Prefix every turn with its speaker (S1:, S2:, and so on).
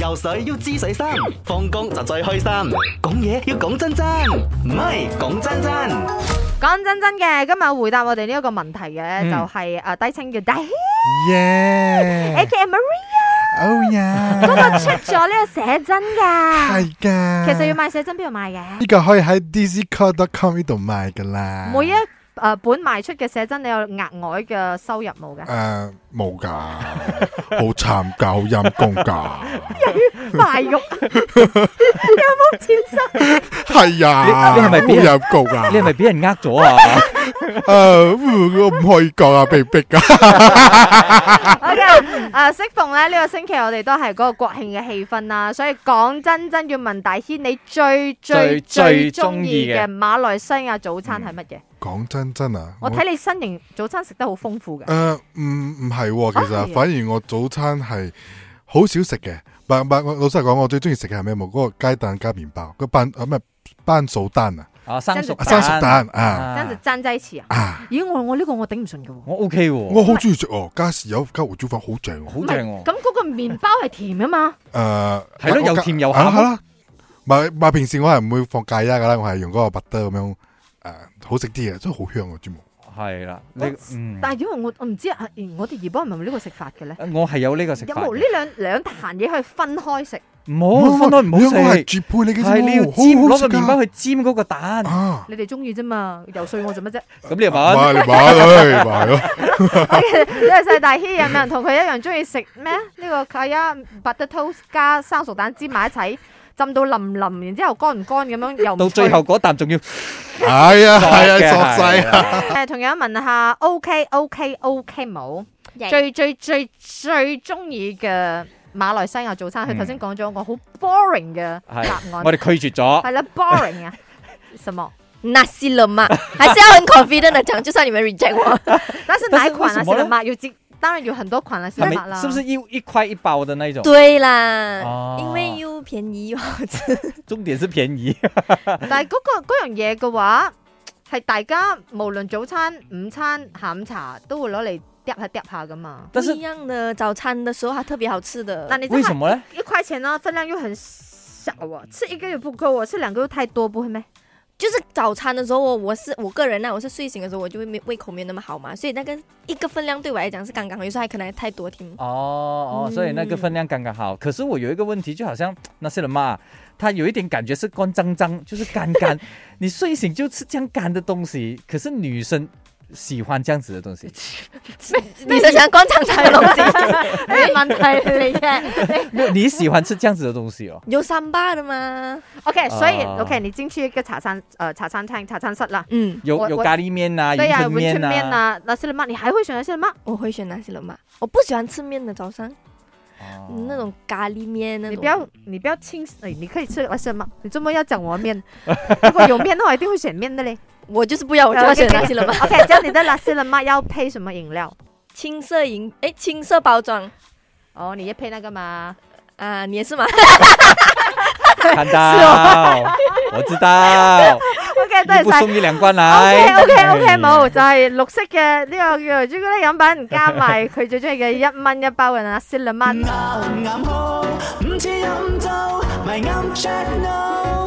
S1: 游水要知水深，放工就最開心。講嘢要講真真，唔係講真真。
S2: 講真真嘅，今日回答我哋呢一個問題嘅、
S3: 嗯
S2: 就係誒低清叫 Day
S3: Yeah，
S2: A.K.A Maria，
S3: oh
S2: 嗰個
S3: yeah，
S2: 出咗呢個寫真㗎。
S3: 係噶。
S2: 其實要買寫真邊度買嘅？
S3: 呢個可以喺 DCCore.com 呢度賣噶啦。
S2: 每一誒、呃本賣出嘅寫真，你有額外嘅收入冇 㗎？
S3: 誒冇㗎，好慘㗎，好陰公㗎。
S2: 賣肉有冇錢收？
S3: 係啊，
S4: 你你係咪
S3: 好
S4: 俾人
S3: 陰公啊？
S4: 你係咪俾人呃 咗啊？
S3: 誒，我唔可以講啊，被逼㗎。
S2: 好嘅，誒適呃逢咧呢個星期我哋都係嗰個國慶嘅氣氛啦，所以講真真要問大軒，你最最最
S4: 最最
S2: 中
S4: 鍾
S2: 意
S4: 意
S2: 嘅
S4: 嘅
S2: 馬來西亞早餐係乜嘢？
S3: 講真真啊，
S2: 我睇你身形早餐食得好豐富嘅。
S3: 誒唔唔係喎，其
S2: 啊係啊
S3: 實反而我早餐係好少食嘅。白白，我老實講，我最中意食嘅係咩冇？嗰個雞蛋加麵包，個班啊咩班數蛋啊，
S4: 啊，生熟
S3: 生熟蛋啊
S2: 真係
S4: 啊，
S2: 爭雞翅啊！
S3: 啊！
S2: 咦，我我呢個我頂唔順嘅喎。
S4: 我 OK 喎，
S3: 我好中意食哦，加豉油加胡椒粉好正喎。
S4: 好
S2: 唔係
S4: 正喎。
S2: 咁嗰個麵包係甜啊嘛，
S3: 誒係
S4: 係咯又甜又鹹
S3: 係啦。唔係唔係，平時我係唔會放芥辣噶啦，我係用嗰個 butter 咁樣誒，好食啲嘅，真係好香啊！專門
S4: 係啦， 你
S2: 我
S4: 嗯，
S2: 但係因為我我唔知啊，我哋怡寶係咪呢個食法嘅咧？
S4: 我係有呢個食
S2: 有
S4: 法
S2: 冇呢
S4: 嘅，
S2: 兩兩壇嘢可以分開食？
S4: 唔好分開唔好
S3: 兩個係
S4: 食，
S3: 絕配你嘅
S4: 係你要
S3: 先
S4: 煎
S3: 喎，好好
S4: 攞
S3: 食
S4: 個麵
S3: 㗎
S4: 包去煎嗰個蛋，
S3: 啊！
S2: 你哋中意啫嘛，游說我做乜啫？
S4: 咁你又
S3: 買
S4: 問，
S3: 嚟買嚟買咯，
S2: 多謝晒大軒，有冇人啊同佢一樣中意食咩？呢個係啊，白得 toast 加生熟蛋煎埋一齊，浸到淋淋，然之後乾唔乾咁樣又唔
S4: 到最
S2: 脆
S4: 後嗰啖仲要
S3: 係啊係啊，
S4: 嘅
S3: 索晒啊！
S4: 係
S2: 誒，同樣問下 OK OK OK 冇
S5: 耶
S2: 最最最最中意嘅馬來西亞早餐，佢
S4: 嗯
S2: 頭先講咗一個好 boring 嘅
S4: 係
S2: 答案
S4: 我，哋拒絕咗，
S2: 係啦 boring 啊，什麼？
S5: 那是了嘛， 还是要很 confident 的讲，就算你们 reject 我，
S2: 但是哪
S4: 但
S2: 一
S4: 是
S2: 款
S4: 為
S2: 啊？
S4: 什麼呢
S2: 是嘛？要接，當然有很多款啊啦，是
S4: 係
S2: 嘛
S4: 咪？
S2: 啦
S4: 是？不是一一塊一包的那一種？
S5: 对啦，
S4: 哦
S5: 因为又便宜又好吃。
S4: 重點是便宜，
S2: 但係嗰個嗰樣嘢嘅話，係大家無論早餐、午餐、下午茶都會攞嚟嗒下嗒下噶嘛。
S4: 但
S5: 不一
S4: 是
S5: 样的早餐的时候，它特别好吃的。
S2: 但你真
S4: 為什
S2: 係
S4: 麼呢？
S2: 一塊錢啦，分量又很少啊，吃一個又不夠啊，吃兩個又太多，不會咩？
S5: 就是早餐的时候，我我是我个人呢、我是睡醒的时候，我就会没胃口没有那么好嘛，所以那个一个分量对我来讲是刚刚好，有时候还可能还太多 听。
S4: 哦哦，所以那个
S5: 嗯
S4: 分量刚刚好。可是我有一个问题，就好像那些人嘛，他有一点感觉是干脏脏，就是干 干。你睡醒就吃这样干的东西，可是女生喜欢这样子的东 西。
S5: 女生喜欢逛长长的东西，
S2: 咩問題嚟嘅
S4: 没有，你喜欢吃这样子的东西哦。
S5: 有三八的吗？
S2: ？OK，所以
S4: 啊
S2: OK，你進去一個茶餐呃茶餐廳、茶餐室啦，
S5: 嗯，
S4: 有
S2: 我
S4: 有
S2: 我
S4: 咖喱面呐、啊，
S2: 對
S4: 云
S2: 呀，
S4: 吞
S2: 雲吞
S4: 面呐、
S2: 麵啊，那些了嗎？你還會選那些了嗎？
S5: 我会选那些了嘛？我不喜欢吃面的早上，
S4: 哦
S5: 那种咖喱面那种。
S2: 你不要，你不要轻，哎，你可以吃那些吗？你做乜要讲我面？ 如果有面的话，一定会选面的嘞。
S5: 我就是不要，我就要选那些了嘛。
S2: OK，这样你的拉西了吗？要配什么饮料？
S5: 青色银，哎，青色包装
S2: 哦，你要配那个嘛？
S5: 啊，你也是吗？
S4: 看到， 我知道，
S2: OK，多
S4: 你
S2: 謝
S4: 不
S2: 晒。
S4: 送一两罐
S2: O K
S4: 来。
S2: O K O K，冇就係綠色嘅呢個叫做朱古力飲品，加埋佢最中意嘅一蚊一包嘅那些了嗎？
S1: 啱唔啱好？唔似飲酒，咪啱 check no。